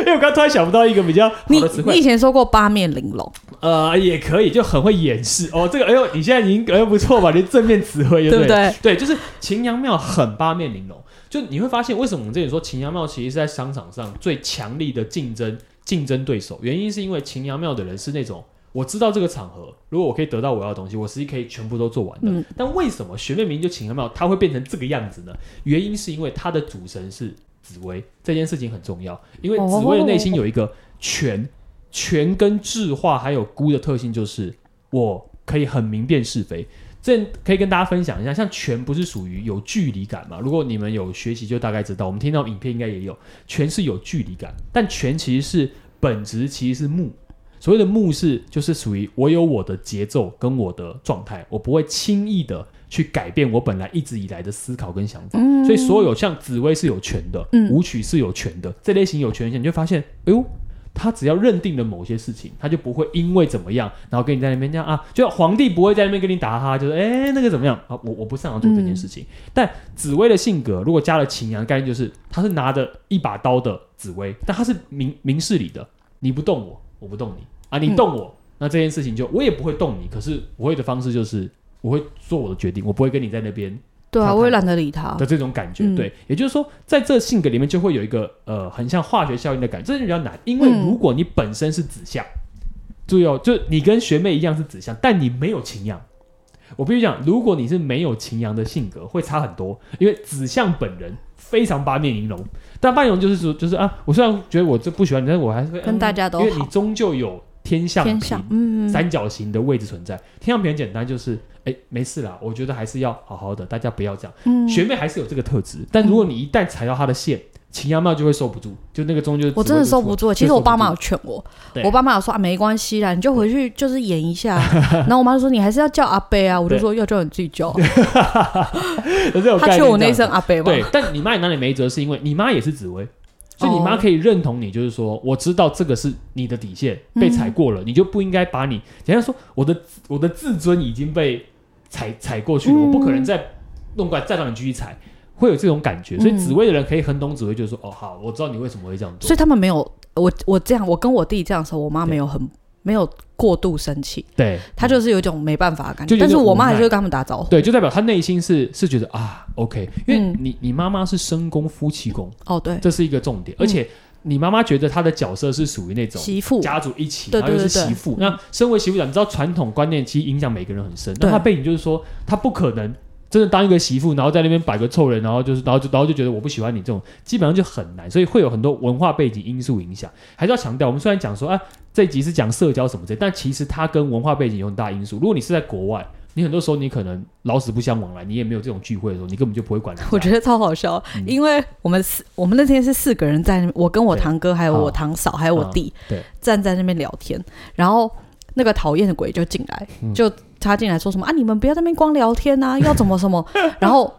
[SPEAKER 2] 因为我刚突然想不到一个比较好
[SPEAKER 1] 你
[SPEAKER 2] 的词
[SPEAKER 1] 你
[SPEAKER 2] 汇
[SPEAKER 1] 以，前说过八面玲珑，
[SPEAKER 2] 呃，也可以，就很会掩饰哦。这个，哎呦，你现在已经哎呦不错吧？你正面词汇
[SPEAKER 1] 对
[SPEAKER 2] 不
[SPEAKER 1] 不对？
[SPEAKER 2] 对，就是秦阳庙很八面玲珑。就你会发现，为什么我们之前说秦阳庙其实是在商场上最强力的竞争竞争对手？原因是因为秦阳庙的人是那种我知道这个场合，如果我可以得到我要的东西，我实际可以全部都做完的。
[SPEAKER 1] 嗯
[SPEAKER 2] 但为什么学妹名就秦阳庙它会变成这个样子呢？原因是因为它的主神是紫薇，这件事情很重要，因为紫薇的内心有一个权、权跟智化还有孤的特性，就是我可以很明辨是非。这可以跟大家分享一下，像权不是属于有距离感嘛？如果你们有学习，就大概知道。我们听到影片应该也有，权是有距离感，但权其实是本质其实是木。所谓的木是就是属于我有我的节奏跟我的状态，我不会轻易的去改变我本来一直以来的思考跟想法。
[SPEAKER 1] 嗯
[SPEAKER 2] 所以所有像紫薇是有权的，
[SPEAKER 1] 嗯
[SPEAKER 2] 舞曲是有权的，这类型有权的，你就发现，哎呦。他只要认定了某些事情，他就不会因为怎么样，然后跟你在那边这样啊，就皇帝不会在那边跟你打哈哈，就是哎、那个怎么样啊，我我不擅长做这件事情。
[SPEAKER 1] 嗯
[SPEAKER 2] 但紫薇的性格，如果加了秦阳的概念，就是他是拿着一把刀的紫薇，但他是明明事理的，你不动我，我不动你啊，
[SPEAKER 1] 嗯
[SPEAKER 2] 你动我，那这件事情就我也不会动你，可是我会的方式就是我会做我的决定，我不会跟你在那边
[SPEAKER 1] 对
[SPEAKER 2] 他
[SPEAKER 1] 啊，
[SPEAKER 2] 看
[SPEAKER 1] 我也懒得理他
[SPEAKER 2] 的。这种感觉。
[SPEAKER 1] 嗯
[SPEAKER 2] 对，也就是说，在这性格里面就会有一个呃，很像化学效应的感觉，这就比较难，因为
[SPEAKER 1] 嗯
[SPEAKER 2] 如果你本身是子相，注意哦，就你跟学妹一样是子相，但你没有情阳。我必须讲，如果你是没有秦阳的性格，会差很多，因为子相本人非常八面玲珑。但八面玲珑就是说，就是啊，我虽然觉得我这不喜欢你，但是我还是会
[SPEAKER 1] 跟
[SPEAKER 2] 嗯
[SPEAKER 1] 大家都
[SPEAKER 2] 因为你
[SPEAKER 1] 好
[SPEAKER 2] 终究有天相
[SPEAKER 1] 天
[SPEAKER 2] 平
[SPEAKER 1] 象，嗯，嗯
[SPEAKER 2] 三角形的位置存在。天象比很简单，就是哎、没事啦，我觉得还是要好好的，大家不要这样。
[SPEAKER 1] 嗯
[SPEAKER 2] 学妹还是有这个特质，但如果你一旦踩到她的线，秦阳庙就会受不住，就那个终究
[SPEAKER 1] 我真的受不住。其实我爸妈有
[SPEAKER 2] 有
[SPEAKER 1] 劝我
[SPEAKER 2] 对，
[SPEAKER 1] 我爸妈有说啊，没关系啦，你就回去就是演一 下。然后我妈就说你还是要叫阿贝啊，我就说要叫你自己叫。 他
[SPEAKER 2] 他
[SPEAKER 1] 缺我那一声阿贝嘛，
[SPEAKER 2] 对，但你妈也拿你没辙，是因为你妈也是紫薇，所以你妈
[SPEAKER 1] 哦
[SPEAKER 2] 可以认同你，就是说，我知道这个是你的底线，被踩过了，你就不应该把你，简单说，我的我的自尊已经被踩踩
[SPEAKER 1] 嗯
[SPEAKER 2] 过去了，我不可能再弄过来再让你继续踩，会有这种感觉。所以
[SPEAKER 1] 嗯
[SPEAKER 2] 紫薇的人可以很懂紫薇，就是说，哦，好，我知道你为什么会这样
[SPEAKER 1] 所
[SPEAKER 2] 做
[SPEAKER 1] 以，他们没有我我这样，我跟我弟这样的时候，我妈没有很没有过度生气，
[SPEAKER 2] 对，
[SPEAKER 1] 她就是有一种没办法的感
[SPEAKER 2] 就
[SPEAKER 1] 觉。
[SPEAKER 2] 有点
[SPEAKER 1] 但是我妈
[SPEAKER 2] 无奈
[SPEAKER 1] 还是会跟他们打招呼。
[SPEAKER 2] 对，就代表他内心是是觉得啊，OK，因为
[SPEAKER 1] 嗯
[SPEAKER 2] 你你妈妈是生宫夫妻宫，
[SPEAKER 1] 哦，对，嗯
[SPEAKER 2] 这是一个重点，而且你妈妈觉得她的角色是属于那种。
[SPEAKER 1] 媳妇，
[SPEAKER 2] 家族一起，
[SPEAKER 1] 对
[SPEAKER 2] 然后又是
[SPEAKER 1] 对对对
[SPEAKER 2] 媳妇。
[SPEAKER 1] 嗯
[SPEAKER 2] 那身为媳妇长，你知道传统观念其实影响每个人很深。那
[SPEAKER 1] 对
[SPEAKER 2] 她背景就是说，她不可能真的当一个媳妇，然后在那边摆个臭人，然后就是，然后就，然后就觉得我不喜欢你这种，基本上就很难。所以会有很多文化背景因素影响。还是要强调，我们虽然讲说啊，这一集是讲社交什么之类，但其实它跟文化背景有很大因素。如果你是在国外，你很多时候你可能老死不相往来，你也没有这种聚会的时候，你根本就不会管人 家。
[SPEAKER 1] 我觉得超好笑，
[SPEAKER 2] 嗯
[SPEAKER 1] 因为我们四我们那天是四个人在那边，我跟我
[SPEAKER 2] 对
[SPEAKER 1] 堂哥还有我
[SPEAKER 2] 好
[SPEAKER 1] 堂嫂还有我
[SPEAKER 2] 啊
[SPEAKER 1] 弟，
[SPEAKER 2] 对
[SPEAKER 1] 站在那边聊天，然后那个讨厌的鬼就进来，
[SPEAKER 2] 嗯
[SPEAKER 1] 就他进来说什么啊，你们不要在那边光聊天啊，要怎么 什么，然后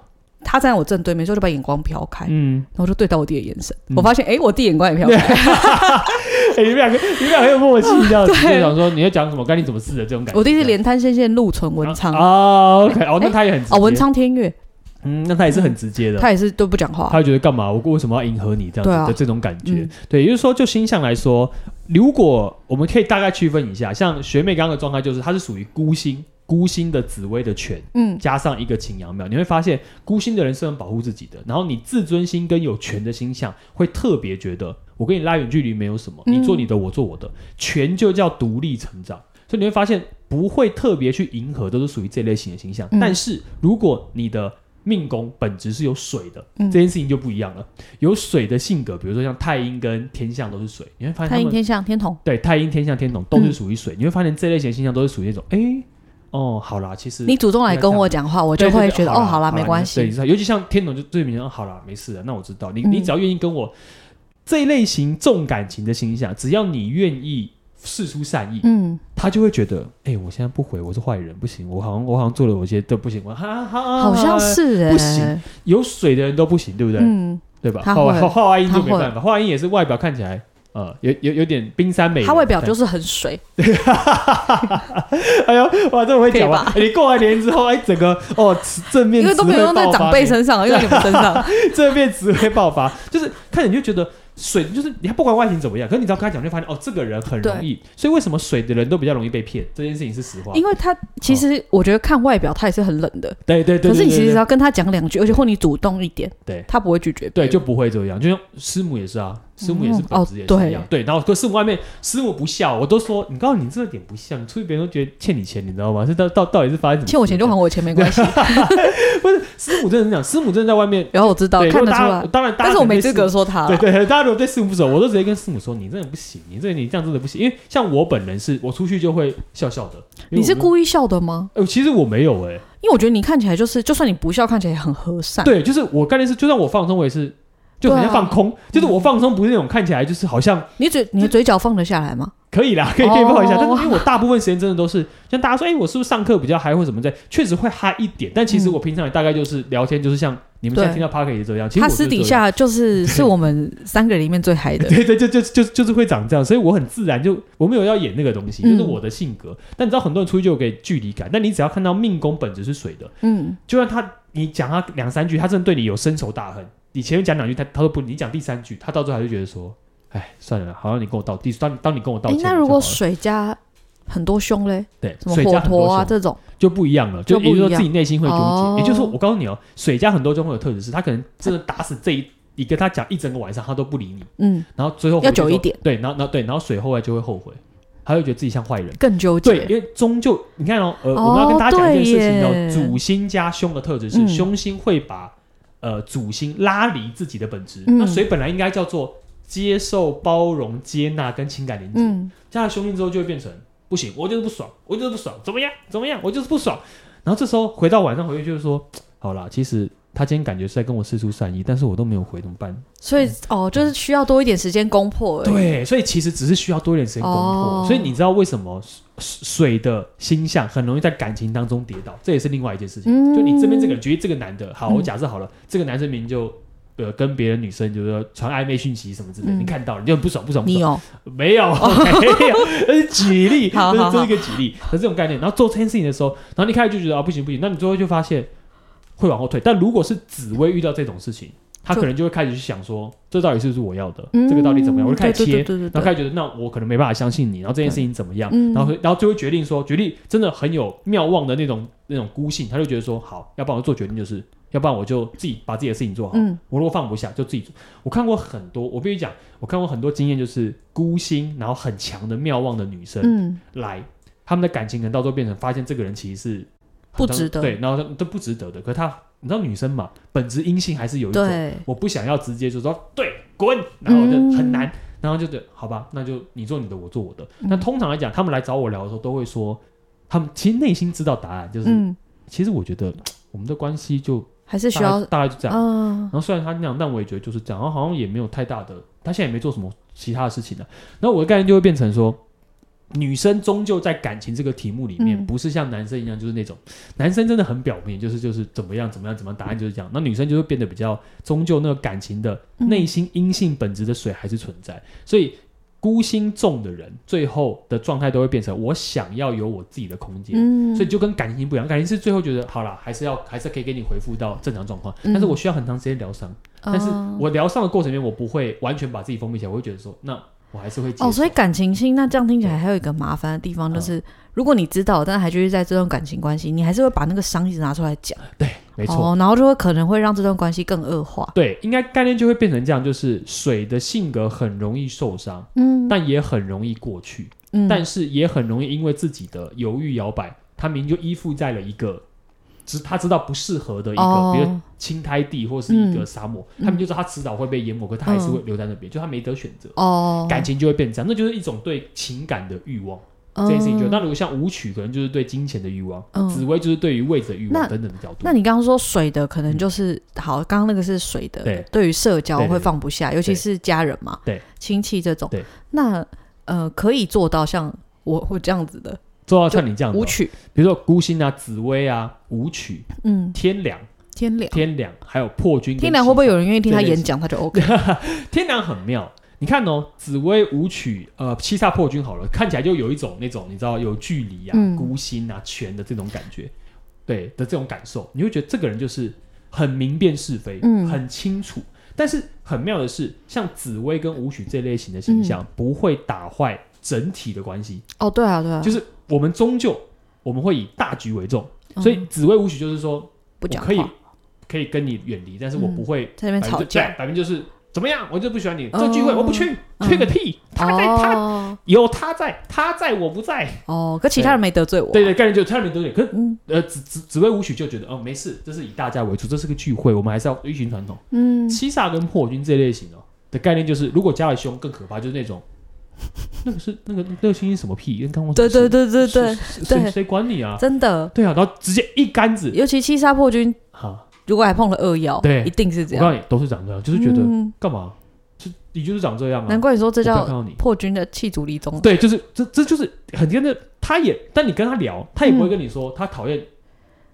[SPEAKER 1] 他站在我正对面，就就把眼光飘开，
[SPEAKER 2] 嗯，
[SPEAKER 1] 然后就对到我弟的眼神，
[SPEAKER 2] 嗯
[SPEAKER 1] 我发现哎，诶我弟眼光也飘开，
[SPEAKER 2] 哎、你们两个，你们两个有默契，啊这 样子
[SPEAKER 1] 对
[SPEAKER 2] 就想说你要讲什么，干你什么事的这种感觉。
[SPEAKER 1] 我弟是连滩线线陆存文
[SPEAKER 2] 啊
[SPEAKER 1] 昌
[SPEAKER 2] 啊，OK，哦，那他也很直接
[SPEAKER 1] 哦，文，昌天月，
[SPEAKER 2] 嗯，那他也是很直接的，
[SPEAKER 1] 他也是都不讲话
[SPEAKER 2] 他，会觉得干嘛？我为什么要迎合你这样子
[SPEAKER 1] 对啊
[SPEAKER 2] 的这种感觉？
[SPEAKER 1] 嗯
[SPEAKER 2] 对，也就是说，就星象来说，如果我们可以大概区分一下，像学妹刚刚的状态，就是她是属于孤星，孤星的紫薇的权。
[SPEAKER 1] 嗯，
[SPEAKER 2] 加上一个擎羊庙，你会发现孤星的人是很保护自己的，然后你自尊心跟有权的星象会特别觉得，我跟你拉远距离没有什么，
[SPEAKER 1] 嗯
[SPEAKER 2] 你做你的，我做我的，权就叫独立成长，所以你会发现不会特别去迎合，都是属于这类型的星象。
[SPEAKER 1] 嗯
[SPEAKER 2] 但是如果你的命宫本质是有水的，
[SPEAKER 1] 嗯
[SPEAKER 2] 这件事情就不一样了。有水的性格，比如说像太阴跟天象都是水，你会发现
[SPEAKER 1] 太
[SPEAKER 2] 他
[SPEAKER 1] 阴
[SPEAKER 2] 们
[SPEAKER 1] 天象天同，
[SPEAKER 2] 对太阴、天象、天同都是
[SPEAKER 1] 嗯
[SPEAKER 2] 属于水，你会发现这类型的星象都是属于那种，诶，哦，好啦，其实
[SPEAKER 1] 你主动来跟我讲话，我就
[SPEAKER 2] 对
[SPEAKER 1] 会
[SPEAKER 2] 对对
[SPEAKER 1] 觉得哦，好啦，没关
[SPEAKER 2] 对，
[SPEAKER 1] 系，
[SPEAKER 2] 尤其像天童就最明显，好啦，没事的，那我知道，你你
[SPEAKER 1] 嗯
[SPEAKER 2] 只要愿意跟我这一类型重感情的形象，只要你愿意试出善意，
[SPEAKER 1] 嗯，
[SPEAKER 2] 他就会觉得，哎，我现在不回，我是坏人，不行，我好像我好像做了某些都不行，我哈哈哈，
[SPEAKER 1] 好像是哎，
[SPEAKER 2] 不行有水的人都不行，对不对？
[SPEAKER 1] 嗯，
[SPEAKER 2] 对吧？
[SPEAKER 1] 他
[SPEAKER 2] 画
[SPEAKER 1] 会
[SPEAKER 2] 画画外音就没
[SPEAKER 1] 他会
[SPEAKER 2] 办法，画外音也是外表看起来。呃，有有有点冰山美人，，
[SPEAKER 1] 他外表就是 是很水，
[SPEAKER 2] 哎呦，哇，这么会讲话
[SPEAKER 1] 可以吧
[SPEAKER 2] 哎你过完年之后，哎，整个哦，正面
[SPEAKER 1] 因为都没有用在长辈
[SPEAKER 2] 身。
[SPEAKER 1] 身 上，用在你们身上。
[SPEAKER 2] 这面只会爆发，就是看你就觉得水，就是你还不管外形怎么样，可是你只要跟他讲，就发现哦，这个人很容易。所以为什么水的人都比较容易被骗？这件事情是实话。
[SPEAKER 1] 因为他其实我觉得看外表他也是很冷的，
[SPEAKER 2] 对对对，
[SPEAKER 1] 可是你
[SPEAKER 2] 对
[SPEAKER 1] 其
[SPEAKER 2] 对
[SPEAKER 1] 实只要跟他讲两句，而且或你主动一点，
[SPEAKER 2] 对
[SPEAKER 1] 他不会拒绝别
[SPEAKER 2] 对
[SPEAKER 1] 人。
[SPEAKER 2] 就不会这样，就像师母也是啊，师母也是
[SPEAKER 1] 嗯
[SPEAKER 2] 本质也是一样。
[SPEAKER 1] 哦
[SPEAKER 2] 对，然后可师母外面师母不笑，我都说你告诉你这个点不笑，你出去别人都觉得欠你钱，你知道吗？是到到到底是发生什么事？
[SPEAKER 1] 欠我钱就还我钱没关系。
[SPEAKER 2] 不是师母真的是这样，师母真的在外面。
[SPEAKER 1] 然后我知道
[SPEAKER 2] 对，如
[SPEAKER 1] 看
[SPEAKER 2] 果
[SPEAKER 1] 得
[SPEAKER 2] 大
[SPEAKER 1] 出
[SPEAKER 2] 家
[SPEAKER 1] 来，
[SPEAKER 2] 当然，大家
[SPEAKER 1] 但是我
[SPEAKER 2] 可
[SPEAKER 1] 没
[SPEAKER 2] 能对
[SPEAKER 1] 资
[SPEAKER 2] 师母
[SPEAKER 1] 格说他
[SPEAKER 2] 对
[SPEAKER 1] 啦。
[SPEAKER 2] 对，大家如果对师母不熟，我都直接跟师母说：“你真的不行，你这你这样真的不行。”因为像我本人是，我出去就会笑笑的。因为
[SPEAKER 1] 你是
[SPEAKER 2] 我们？
[SPEAKER 1] 故意笑的吗？
[SPEAKER 2] 呃，其实我没有哎、
[SPEAKER 1] 因为我觉得你看起来就是，就算你不笑，看起来也很和善。
[SPEAKER 2] 对，就是我概念是，就算我放松，我也是。就很像
[SPEAKER 1] 对啊
[SPEAKER 2] 放空，就是我放松不是那种看起来就是好像
[SPEAKER 1] 你嘴你的嘴角放得下来吗？
[SPEAKER 2] 可以啦，可以可以
[SPEAKER 1] 哦
[SPEAKER 2] 抱一下，但是因为我大部分时间真的都是像大家说，哎、我是不是上课比较嗨或什么在，确实会嗨一点，但其实
[SPEAKER 1] 嗯
[SPEAKER 2] 我平常也大概就是聊天，就是像你们现在
[SPEAKER 1] 对
[SPEAKER 2] 听到 p a r k e 也这样，其实
[SPEAKER 1] 他
[SPEAKER 2] 我就是
[SPEAKER 1] 私底
[SPEAKER 2] 这样
[SPEAKER 1] 下就是是我们三个里面最嗨的。
[SPEAKER 2] 对对，就就就就是会长这样，所以我很自然就我没有要演那个东西，就是
[SPEAKER 1] 嗯
[SPEAKER 2] 我的性格。但你知道，很多人出去就有给距离感，但你只要看到命宫本质是水的，
[SPEAKER 1] 嗯，
[SPEAKER 2] 就算他你讲他两三句，他真的对你有深仇大恨，你前面讲两句他他都不，你讲第三句，他到最后还是觉得说，哎，算了啦，好像你跟我道第当当你跟我道
[SPEAKER 1] 诶
[SPEAKER 2] 歉就
[SPEAKER 1] 哎
[SPEAKER 2] 好
[SPEAKER 1] 那
[SPEAKER 2] 了，
[SPEAKER 1] 如果水加很多凶嘞，
[SPEAKER 2] 对
[SPEAKER 1] 什么
[SPEAKER 2] 水加
[SPEAKER 1] 火
[SPEAKER 2] 很多
[SPEAKER 1] 陀啊
[SPEAKER 2] 凶
[SPEAKER 1] 这种，
[SPEAKER 2] 就不一样了，就
[SPEAKER 1] 就不
[SPEAKER 2] 也
[SPEAKER 1] 一
[SPEAKER 2] 就是说
[SPEAKER 1] 样
[SPEAKER 2] 自己内心会纠结。
[SPEAKER 1] 哦
[SPEAKER 2] 也就是说，我告诉你哦，水加很多中会有特质是，他可能真的打死这一。你跟他讲一整个晚上，他都不理你，
[SPEAKER 1] 嗯，
[SPEAKER 2] 然后最后回
[SPEAKER 1] 要
[SPEAKER 2] 去
[SPEAKER 1] 久
[SPEAKER 2] 之
[SPEAKER 1] 一
[SPEAKER 2] 后
[SPEAKER 1] 点，
[SPEAKER 2] 对，然后然后对，然后水后来就会后悔，他会觉得自己像坏人。
[SPEAKER 1] 更纠结。
[SPEAKER 2] 对，因为终究你看哦，呃，
[SPEAKER 1] 哦
[SPEAKER 2] 我们要跟大家讲一件事情
[SPEAKER 1] 对耶
[SPEAKER 2] 哦，主星加凶的特质是
[SPEAKER 1] 嗯
[SPEAKER 2] 凶星会把呃主星拉离自己的本质。
[SPEAKER 1] 嗯
[SPEAKER 2] 那水本来应该叫做接受、包容、接纳跟情感连接，
[SPEAKER 1] 嗯，
[SPEAKER 2] 加了凶星之后就会变成不行，我就是不爽，我就是不爽，怎么样怎么样，我就是不爽。然后这时候回到晚上回去就是说，好啦，其实他今天感觉是在跟我示出善意，但是我都没有回，怎么办？
[SPEAKER 1] 所以哦，就是需要多一点时间攻破而已。
[SPEAKER 2] 嗯对，所以其实只是需要多一点时间攻破。
[SPEAKER 1] 哦
[SPEAKER 2] 所以你知道为什么水水的星象很容易在感情当中跌倒？这也是另外一件事情。
[SPEAKER 1] 嗯
[SPEAKER 2] 就你这边这个人，举例这个男的，好，我
[SPEAKER 1] 嗯
[SPEAKER 2] 假设好了，这个男生明明就。呃，跟别的女生就是说传暧昧讯息什么之类的，
[SPEAKER 1] 嗯
[SPEAKER 2] 你看到了，你就很不爽，不爽，不
[SPEAKER 1] 你哦
[SPEAKER 2] 爽。
[SPEAKER 1] 有
[SPEAKER 2] 没 有，没有，这是举例，
[SPEAKER 1] 好
[SPEAKER 2] 这是
[SPEAKER 1] 好
[SPEAKER 2] 这是一个举例，这是这种概念。然后做这件事情的时候，然后你开始就觉得啊，不行不行，那你最后就发现会往后退。但如果是紫薇遇到这种事情，他
[SPEAKER 1] 就嗯
[SPEAKER 2] 可能就会开始去想说，这到底是不是我要的？这个到底怎么样？我就开始
[SPEAKER 1] 对对
[SPEAKER 2] 切，
[SPEAKER 1] 对
[SPEAKER 2] 然
[SPEAKER 1] 对对
[SPEAKER 2] 后开始觉得，那我可能没办法相信你，然后这件事情怎么样？
[SPEAKER 1] 嗯
[SPEAKER 2] 然后然后就会决定说，决定真的很有妙望的那种那种孤性，他就觉得说，好，要不然我做决定就是，要不然我就自己把自己的事情做好。
[SPEAKER 1] 嗯
[SPEAKER 2] 我如果放不下，就自己做。我看过很多，我必须讲，我看过很多经验，就是孤星然后很强的妙望的女生、
[SPEAKER 1] 嗯，
[SPEAKER 2] 来，他们的感情可能到最后变成发现这个人其实是
[SPEAKER 1] 不值得
[SPEAKER 2] 对，然后都不值得的。可她，你知道女生嘛，本质阴性还是有一种。
[SPEAKER 1] 对，
[SPEAKER 2] 我不想要直接就说对滚，然后就
[SPEAKER 1] 嗯
[SPEAKER 2] 很难，然后就对，好吧，那就你做你的，我做我的。
[SPEAKER 1] 嗯
[SPEAKER 2] 那通常来讲，他们来找我聊的时候，都会说他们其实内心知道答案，就是、
[SPEAKER 1] 嗯，
[SPEAKER 2] 其实我觉得嘖我们的关系就
[SPEAKER 1] 还是
[SPEAKER 2] 大
[SPEAKER 1] 需要
[SPEAKER 2] 概大概就这样。
[SPEAKER 1] 嗯
[SPEAKER 2] 然后虽然他那样，但我也觉得就是这样，然后好像也没有太大的，他现在也没做什么其他的事情了、然后我的概念就会变成说，女生终究在感情这个题目里面，
[SPEAKER 1] 嗯
[SPEAKER 2] 不是像男生一样，就是那种男生真的很表面，就是就是怎么样怎么样怎么样，答案就是这样。那女生就会变得比较，终究那个感情的
[SPEAKER 1] 嗯
[SPEAKER 2] 内心阴性本质的水还是存在，所以。孤心重的人，最后的状态都会变成我想要有我自己的空间，
[SPEAKER 1] 嗯，
[SPEAKER 2] 所以就跟感情不一样，感情是最后觉得好啦，还是要还是可以给你回复到正常状况，但是
[SPEAKER 1] 嗯
[SPEAKER 2] 我需要很长时间疗伤，
[SPEAKER 1] 哦
[SPEAKER 2] 但是我疗伤的过程里面，我不会完全把自己封闭起来，我会觉得说，那我还是会接
[SPEAKER 1] 哦，所以感情性那这样听起来
[SPEAKER 2] 对
[SPEAKER 1] 还有一个麻烦的地方，就
[SPEAKER 2] 嗯
[SPEAKER 1] 是、如果你知道，但还继续在这段感情关系，你还是会把那个伤一直拿出来讲，
[SPEAKER 2] 对，没错。
[SPEAKER 1] 哦，然后就会可能会让这段关系更恶化。
[SPEAKER 2] 对，应该概念就会变成这样，就是水的性格很容易受伤，
[SPEAKER 1] 嗯
[SPEAKER 2] 但也很容易过去，
[SPEAKER 1] 嗯
[SPEAKER 2] 但是也很容易因为自己的犹豫摇摆，他明明就依附在了一个，只他知道不适合的一个，比如
[SPEAKER 1] 哦，
[SPEAKER 2] 青苔地或是一个
[SPEAKER 1] 嗯
[SPEAKER 2] 沙漠，
[SPEAKER 1] 嗯
[SPEAKER 2] 他明明就知道他迟早会被淹没，可他还是会留在那边，就他没得选择，
[SPEAKER 1] 哦，
[SPEAKER 2] 感情就会变成这样，那就是一种对情感的欲望。
[SPEAKER 1] 嗯
[SPEAKER 2] 这件事情就，那如果像舞曲，可能就是对金钱的欲望，
[SPEAKER 1] 嗯
[SPEAKER 2] 紫薇就是对于位置的欲望
[SPEAKER 1] 那
[SPEAKER 2] 等等的角度
[SPEAKER 1] 那。你刚刚说水的，可能就是、好，刚刚那个是水的，
[SPEAKER 2] 对
[SPEAKER 1] 于社交
[SPEAKER 2] 对对
[SPEAKER 1] 会
[SPEAKER 2] 对
[SPEAKER 1] 放不下，尤其
[SPEAKER 2] 对
[SPEAKER 1] 是家人嘛，
[SPEAKER 2] 对，
[SPEAKER 1] 亲戚这种，
[SPEAKER 2] 对，
[SPEAKER 1] 那呃，可以做到像我我这样子的
[SPEAKER 2] 做到像你这样的哦
[SPEAKER 1] 舞，曲，
[SPEAKER 2] 比如说孤星啊、紫薇啊、舞曲、
[SPEAKER 1] 嗯，
[SPEAKER 2] 天良、
[SPEAKER 1] 天良，
[SPEAKER 2] 天良，还有破军。
[SPEAKER 1] 天良会不会？有人愿意听他
[SPEAKER 2] 对对
[SPEAKER 1] 演讲，他就 OK，
[SPEAKER 2] 天良很妙。你看哦，紫薇、舞曲、呃，七煞破军好了，看起来就有一种那种你知道有距离啊、
[SPEAKER 1] 嗯
[SPEAKER 2] 孤星啊、权的这种感觉，对的这种感受，你会觉得这个人就是很明辨是非，
[SPEAKER 1] 嗯
[SPEAKER 2] 很清楚。但是很妙的是，像紫薇跟舞曲这类型的形
[SPEAKER 1] 嗯
[SPEAKER 2] 象，不会打坏整体的关系。
[SPEAKER 1] 哦，对啊，对啊，
[SPEAKER 2] 就是我们终究我们会以大局为重，所以
[SPEAKER 1] 嗯
[SPEAKER 2] 紫薇舞曲就是说，
[SPEAKER 1] 不
[SPEAKER 2] 我
[SPEAKER 1] 讲
[SPEAKER 2] 可以
[SPEAKER 1] 话
[SPEAKER 2] 可以跟你远离，但是我
[SPEAKER 1] 嗯
[SPEAKER 2] 不会
[SPEAKER 1] 在那边
[SPEAKER 2] 百
[SPEAKER 1] 吵
[SPEAKER 2] 分之
[SPEAKER 1] 架
[SPEAKER 2] 对，，百分之就是怎么样，我就不喜欢你。
[SPEAKER 1] 哦
[SPEAKER 2] 这聚会我不去，
[SPEAKER 1] 嗯
[SPEAKER 2] 去个屁！他在他
[SPEAKER 1] 哦
[SPEAKER 2] 有他在，他在我不在。
[SPEAKER 1] 哦，可其他人没得罪我啊，
[SPEAKER 2] 对对，概念就差点多点。可是
[SPEAKER 1] 嗯
[SPEAKER 2] 呃，紫紫紫薇舞曲就觉得哦，没事，这是以大家为主，这是个聚会，我们还是要依循传统。
[SPEAKER 1] 嗯，
[SPEAKER 2] 七煞跟破军这类型哦的概念就是，如果加了凶更可怕，就是那种那个是那个那个星星什么屁，跟刚刚
[SPEAKER 1] 对对对对对，对
[SPEAKER 2] 谁谁管你啊？
[SPEAKER 1] 真的，
[SPEAKER 2] 对啊，然后直接一竿子
[SPEAKER 1] 尤其七杀破军，
[SPEAKER 2] 哈，
[SPEAKER 1] 如果还碰了二爻，
[SPEAKER 2] 对
[SPEAKER 1] 一定是这
[SPEAKER 2] 我
[SPEAKER 1] 样
[SPEAKER 2] 告，诉你，都是长这样，就是觉得
[SPEAKER 1] 嗯
[SPEAKER 2] 干嘛，就你就是长这样啊，
[SPEAKER 1] 难怪你说这
[SPEAKER 2] 我不要看
[SPEAKER 1] 叫
[SPEAKER 2] 到你。
[SPEAKER 1] 破军的弃卒离宗啊，
[SPEAKER 2] 对，就是这这就是很真的，他也，但你跟他聊，他也不会
[SPEAKER 1] 嗯
[SPEAKER 2] 跟你说他讨厌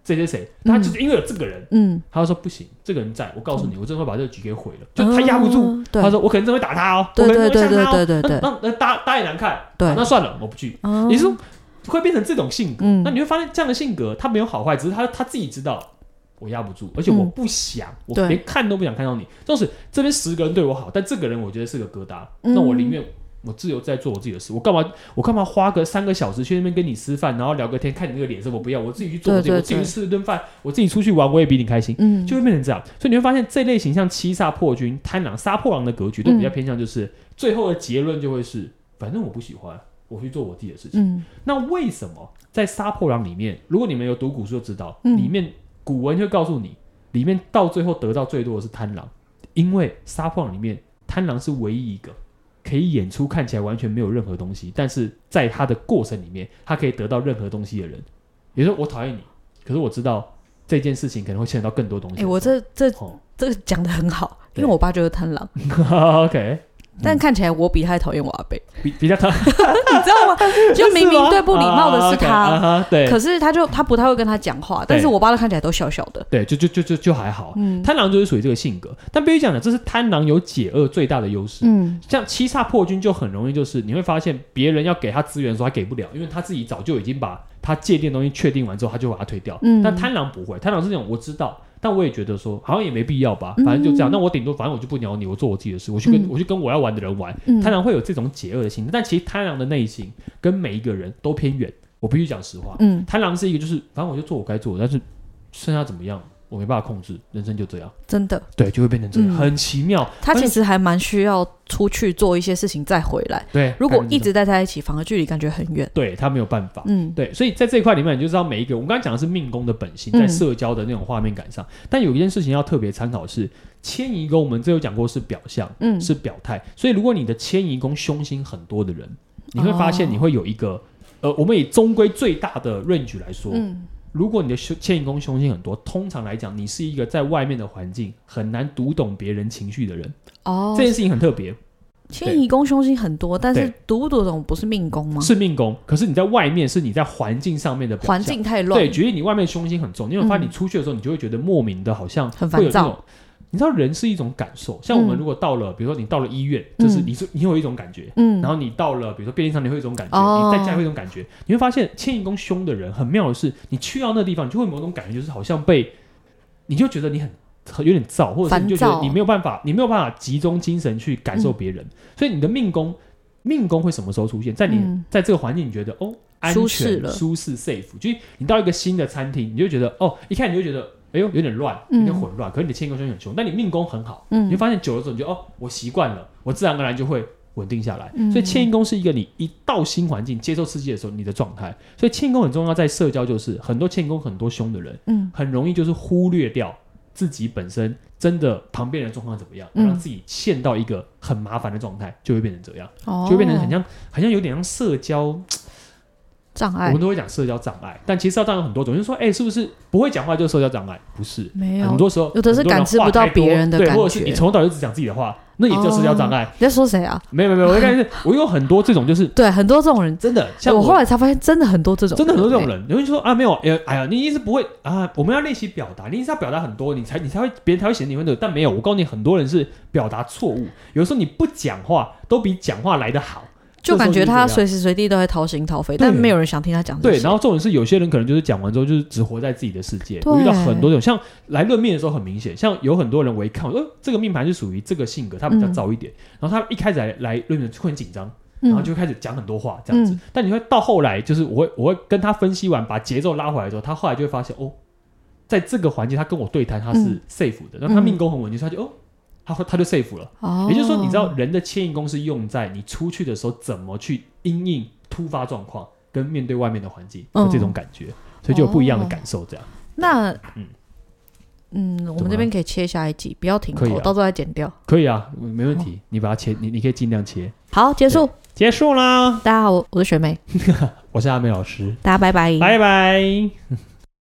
[SPEAKER 2] 谁谁谁，他就是因为有这个人，
[SPEAKER 1] 嗯，
[SPEAKER 2] 他就说不行，这个人在我告诉你，我真的会把这个局给毁了，就他压不住。
[SPEAKER 1] 嗯，对
[SPEAKER 2] 他说：“我可能真的会打他哦，我
[SPEAKER 1] 对
[SPEAKER 2] 可能
[SPEAKER 1] 对
[SPEAKER 2] 真
[SPEAKER 1] 对
[SPEAKER 2] 的
[SPEAKER 1] 对
[SPEAKER 2] 会呛他哦。
[SPEAKER 1] 对对对，
[SPEAKER 2] 那那打打也难看，
[SPEAKER 1] 对
[SPEAKER 2] 啊那算了，我不去。
[SPEAKER 1] 哦
[SPEAKER 2] 你是说会变成这种性格？
[SPEAKER 1] 嗯
[SPEAKER 2] 那你会发现这样的性格，他没有好坏，只是他他自己知道我压不住，而且我
[SPEAKER 1] 嗯
[SPEAKER 2] 不想，我
[SPEAKER 1] 对
[SPEAKER 2] 连看都不想看到你。就是这边十个人对我好，但这个人我觉得是个疙瘩，
[SPEAKER 1] 嗯
[SPEAKER 2] 那我宁愿。我自由在做我自己的事，我干嘛我干嘛花个三个小时去那边跟你吃饭，然后聊个天，看你那个脸色，我不要，我自己去做我自己，
[SPEAKER 1] 对对
[SPEAKER 2] 我自己
[SPEAKER 1] 对
[SPEAKER 2] 去吃一顿饭，我自己出去玩，我也比你开心。
[SPEAKER 1] 嗯，
[SPEAKER 2] 就会变成这样。所以你会发现，这类型像七煞破军、贪狼、杀破狼的格局，都比
[SPEAKER 1] 嗯
[SPEAKER 2] 较偏向就是、最后的结论就会是，反正我不喜欢，我去做我自己的事情。
[SPEAKER 1] 嗯
[SPEAKER 2] 那为什么在杀破狼里面，如果你们有读古书就知道，
[SPEAKER 1] 嗯
[SPEAKER 2] 里面古文就告诉你，里面到最后得到最多的是贪狼，因为杀破狼里面贪狼是唯一一个。可以演出看起来完全没有任何东西，但是在他的过程里面，他可以得到任何东西的人。也就是说我讨厌你，可是我知道这件事情可能会牵扯到更多东西。
[SPEAKER 1] 哎，我这这
[SPEAKER 2] 哦
[SPEAKER 1] 这个讲的很好，因
[SPEAKER 2] 对嗯
[SPEAKER 1] 为我爸就是贪狼，
[SPEAKER 2] ，OK，
[SPEAKER 1] 但看起来我比他还讨厌我阿贝，
[SPEAKER 2] 比比较他，
[SPEAKER 1] 你知 道吗？就明明对不礼貌的是
[SPEAKER 2] 啊，OK，啊
[SPEAKER 1] 他，
[SPEAKER 2] 哈对
[SPEAKER 1] 可是他就他不太会跟他讲话，但是我爸都看起来都小小的，
[SPEAKER 2] 对，就就就就就还好。
[SPEAKER 1] 嗯
[SPEAKER 2] 贪狼就是属于这个性格，但必须讲的，这是贪狼有解厄最大的优势。
[SPEAKER 1] 嗯
[SPEAKER 2] 像七煞破军就很容易，就是你会发现别人要给他资源的时候，他给不了，因为他自己早就已经把他借定的东西确定完之后，他就把它推掉。
[SPEAKER 1] 嗯
[SPEAKER 2] 但贪狼不会，贪狼是那种我知道，但我也觉得说好像也没必要吧，反正就这样。那我顶多反正我就不鸟你，我做我自己的事，我去跟、
[SPEAKER 1] 嗯
[SPEAKER 2] 我去跟我要玩的人玩。
[SPEAKER 1] 嗯
[SPEAKER 2] 贪狼会有这种解厄的心态，但其实贪狼的内心跟每一个人都偏远。我必须讲实话，
[SPEAKER 1] 嗯
[SPEAKER 2] 贪狼是一个就是反正我就做我该做的，但是剩下怎么样我没办法控制，人生就这样，
[SPEAKER 1] 真的，
[SPEAKER 2] 对，就会变成这样，
[SPEAKER 1] 嗯
[SPEAKER 2] 很奇妙。
[SPEAKER 1] 他其实还蛮需要出去做一些事情再回来，
[SPEAKER 2] 对，
[SPEAKER 1] 如果
[SPEAKER 2] 感觉
[SPEAKER 1] 一
[SPEAKER 2] 这
[SPEAKER 1] 直待在一起，反而距离感觉很远。
[SPEAKER 2] 样对他没有办法。
[SPEAKER 1] 嗯，
[SPEAKER 2] 对，所以在这一块里面，你就知道每一个我们刚才讲的是命宫的本性，在
[SPEAKER 1] 嗯
[SPEAKER 2] 社交的那种画面感上，但有一件事情要特别参考是迁移宫，我们这有讲过是表象，
[SPEAKER 1] 嗯
[SPEAKER 2] 是表态，所以如果你的迁移宫凶星很多的人，你会发现
[SPEAKER 1] 哦
[SPEAKER 2] 你会有一个呃，我们以终归最大的 range 来说，
[SPEAKER 1] 嗯，
[SPEAKER 2] 如果你的凶欠工凶性很多，通常来讲，你是一个在外面的环境很难读懂别人情绪的人，
[SPEAKER 1] 哦
[SPEAKER 2] 这，件事情很特别，
[SPEAKER 1] 迁移宫凶星很多，但是
[SPEAKER 2] 对
[SPEAKER 1] 读不读懂不是命宫吗？
[SPEAKER 2] 是命宫。可是你在外面是你在环境上面的表
[SPEAKER 1] 环
[SPEAKER 2] 象
[SPEAKER 1] 境太乱，
[SPEAKER 2] 对，举例你外面凶心很重，你有没有发
[SPEAKER 1] 嗯
[SPEAKER 2] 现你出去的时候，你就会觉得莫名的好像
[SPEAKER 1] 很
[SPEAKER 2] 会有
[SPEAKER 1] 烦
[SPEAKER 2] 那
[SPEAKER 1] 躁
[SPEAKER 2] 种。你知道人是一种感受，像我们
[SPEAKER 1] 嗯
[SPEAKER 2] 如果到了，比如说你到了医院，就是
[SPEAKER 1] 嗯
[SPEAKER 2] 你是你会有一种感觉，
[SPEAKER 1] 嗯，
[SPEAKER 2] 然后你到了比如说便利商店会有一种感觉，
[SPEAKER 1] 哦
[SPEAKER 2] 你在家会有一种感觉，你会发现迁移宫凶的人很妙的是，你去到那地方，你就会有某种感觉，就是好像被，你就觉得你很很有点燥，或者是你就觉
[SPEAKER 1] 烦
[SPEAKER 2] 得
[SPEAKER 1] 躁嗯
[SPEAKER 2] 你没有办法，你没有办法集中精神去感受别人，所以你的命宫命宫会什么时候出现？在你、
[SPEAKER 1] 嗯
[SPEAKER 2] 在这个环境，你觉得哦。安全
[SPEAKER 1] 舒适了
[SPEAKER 2] 舒适 safe，就是你到一个新的餐厅，你就觉得哦，一看你就觉得，哎呦，有点乱，有
[SPEAKER 1] 嗯
[SPEAKER 2] 点混乱。可是你的迁移宫凶很凶，但你命宫很好，你会
[SPEAKER 1] 嗯
[SPEAKER 2] 发现久了之后，你就哦，我习惯了，我自然而然就会稳定下来。
[SPEAKER 1] 嗯
[SPEAKER 2] 所以迁移宫是一个你一到新环境接受刺激的时候你的状态。所以迁移宫很重要，在社交就是很多迁移宫很多凶的人，
[SPEAKER 1] 嗯
[SPEAKER 2] 很容易就是忽略掉自己本身真的旁边人的状况怎么样，
[SPEAKER 1] 嗯
[SPEAKER 2] 让自己陷到一个很麻烦的状态，就会变成这样，
[SPEAKER 1] 哦，
[SPEAKER 2] 就会变成很像，好像有点像社交
[SPEAKER 1] 障
[SPEAKER 2] 我
[SPEAKER 1] 碍
[SPEAKER 2] 们，都会讲社交障碍，但其实社交障碍有很多种，就是说，哎、是不是不会讲话就是社交障碍？不是，
[SPEAKER 1] 没有
[SPEAKER 2] 很。多时候
[SPEAKER 1] 有的是
[SPEAKER 2] 很多人
[SPEAKER 1] 感知不到
[SPEAKER 2] 话太多
[SPEAKER 1] 别人的
[SPEAKER 2] 对，
[SPEAKER 1] 感
[SPEAKER 2] 或者是
[SPEAKER 1] 觉哦
[SPEAKER 2] 你从小就只讲自己的话，那也叫社交障碍。
[SPEAKER 1] 你在说谁啊？
[SPEAKER 2] 没有没有没有，我的 概念是，我有很多这种，就是
[SPEAKER 1] 对，很多这种人，
[SPEAKER 2] 真的，像
[SPEAKER 1] 我后来才发现真的很多这种，
[SPEAKER 2] 真的很多这种，人，有人说啊，没有，哎呀，哎呀，你一直不会啊，我们要练习表达，你一直要表达很多，你才你才会别人才会显得你会那个，但没有，我告诉你，很多人是表达错误，有时候你不讲话都比讲话来得好。
[SPEAKER 1] 就感觉他
[SPEAKER 2] 这时候就会这
[SPEAKER 1] 随
[SPEAKER 2] 样
[SPEAKER 1] 时随地都在掏心掏肺，
[SPEAKER 2] 对
[SPEAKER 1] 但没有人想听他讲这
[SPEAKER 2] 对，
[SPEAKER 1] 些
[SPEAKER 2] 然后重点是有些人可能就是讲完之后就是只活在自己的世界。
[SPEAKER 1] 对
[SPEAKER 2] 我遇到很多种，像来论命的时候很明显，像有很多人我一看，我说、呃、这个命盘是属于这个性格，他比较
[SPEAKER 1] 嗯
[SPEAKER 2] 躁一点，然后他一开始来来论命就会很紧张，
[SPEAKER 1] 嗯
[SPEAKER 2] 然后就开始讲很多话这样子。
[SPEAKER 1] 嗯
[SPEAKER 2] 但你会到后来，就是我会我会跟他分析完，把节奏拉回来之后，他后来就会发现哦，在这个环节他跟我对谈他是
[SPEAKER 1] 嗯
[SPEAKER 2] safe 的，那、他命宫很稳定，所以他就哦。他会他就 safe 了，
[SPEAKER 1] 哦，
[SPEAKER 2] 也就是说，你知道人的迁移宫是用在你出去的时候怎么去因应突发状况，跟面对外面的环境的
[SPEAKER 1] 嗯
[SPEAKER 2] 这种感觉，所以就有不一样的感受。这样、
[SPEAKER 1] 那
[SPEAKER 2] 嗯
[SPEAKER 1] 嗯，我们这边可以切下一集，不要停
[SPEAKER 2] 可以
[SPEAKER 1] 头，
[SPEAKER 2] 啊
[SPEAKER 1] 到时候再剪掉。
[SPEAKER 2] 可以啊，没问题。你把它切，你你可以尽量切。
[SPEAKER 1] 好，结束，
[SPEAKER 2] 结束啦，
[SPEAKER 1] 大家好，我我是雪梅，
[SPEAKER 2] 我是阿美老师，
[SPEAKER 1] 大家拜拜，
[SPEAKER 2] 拜拜。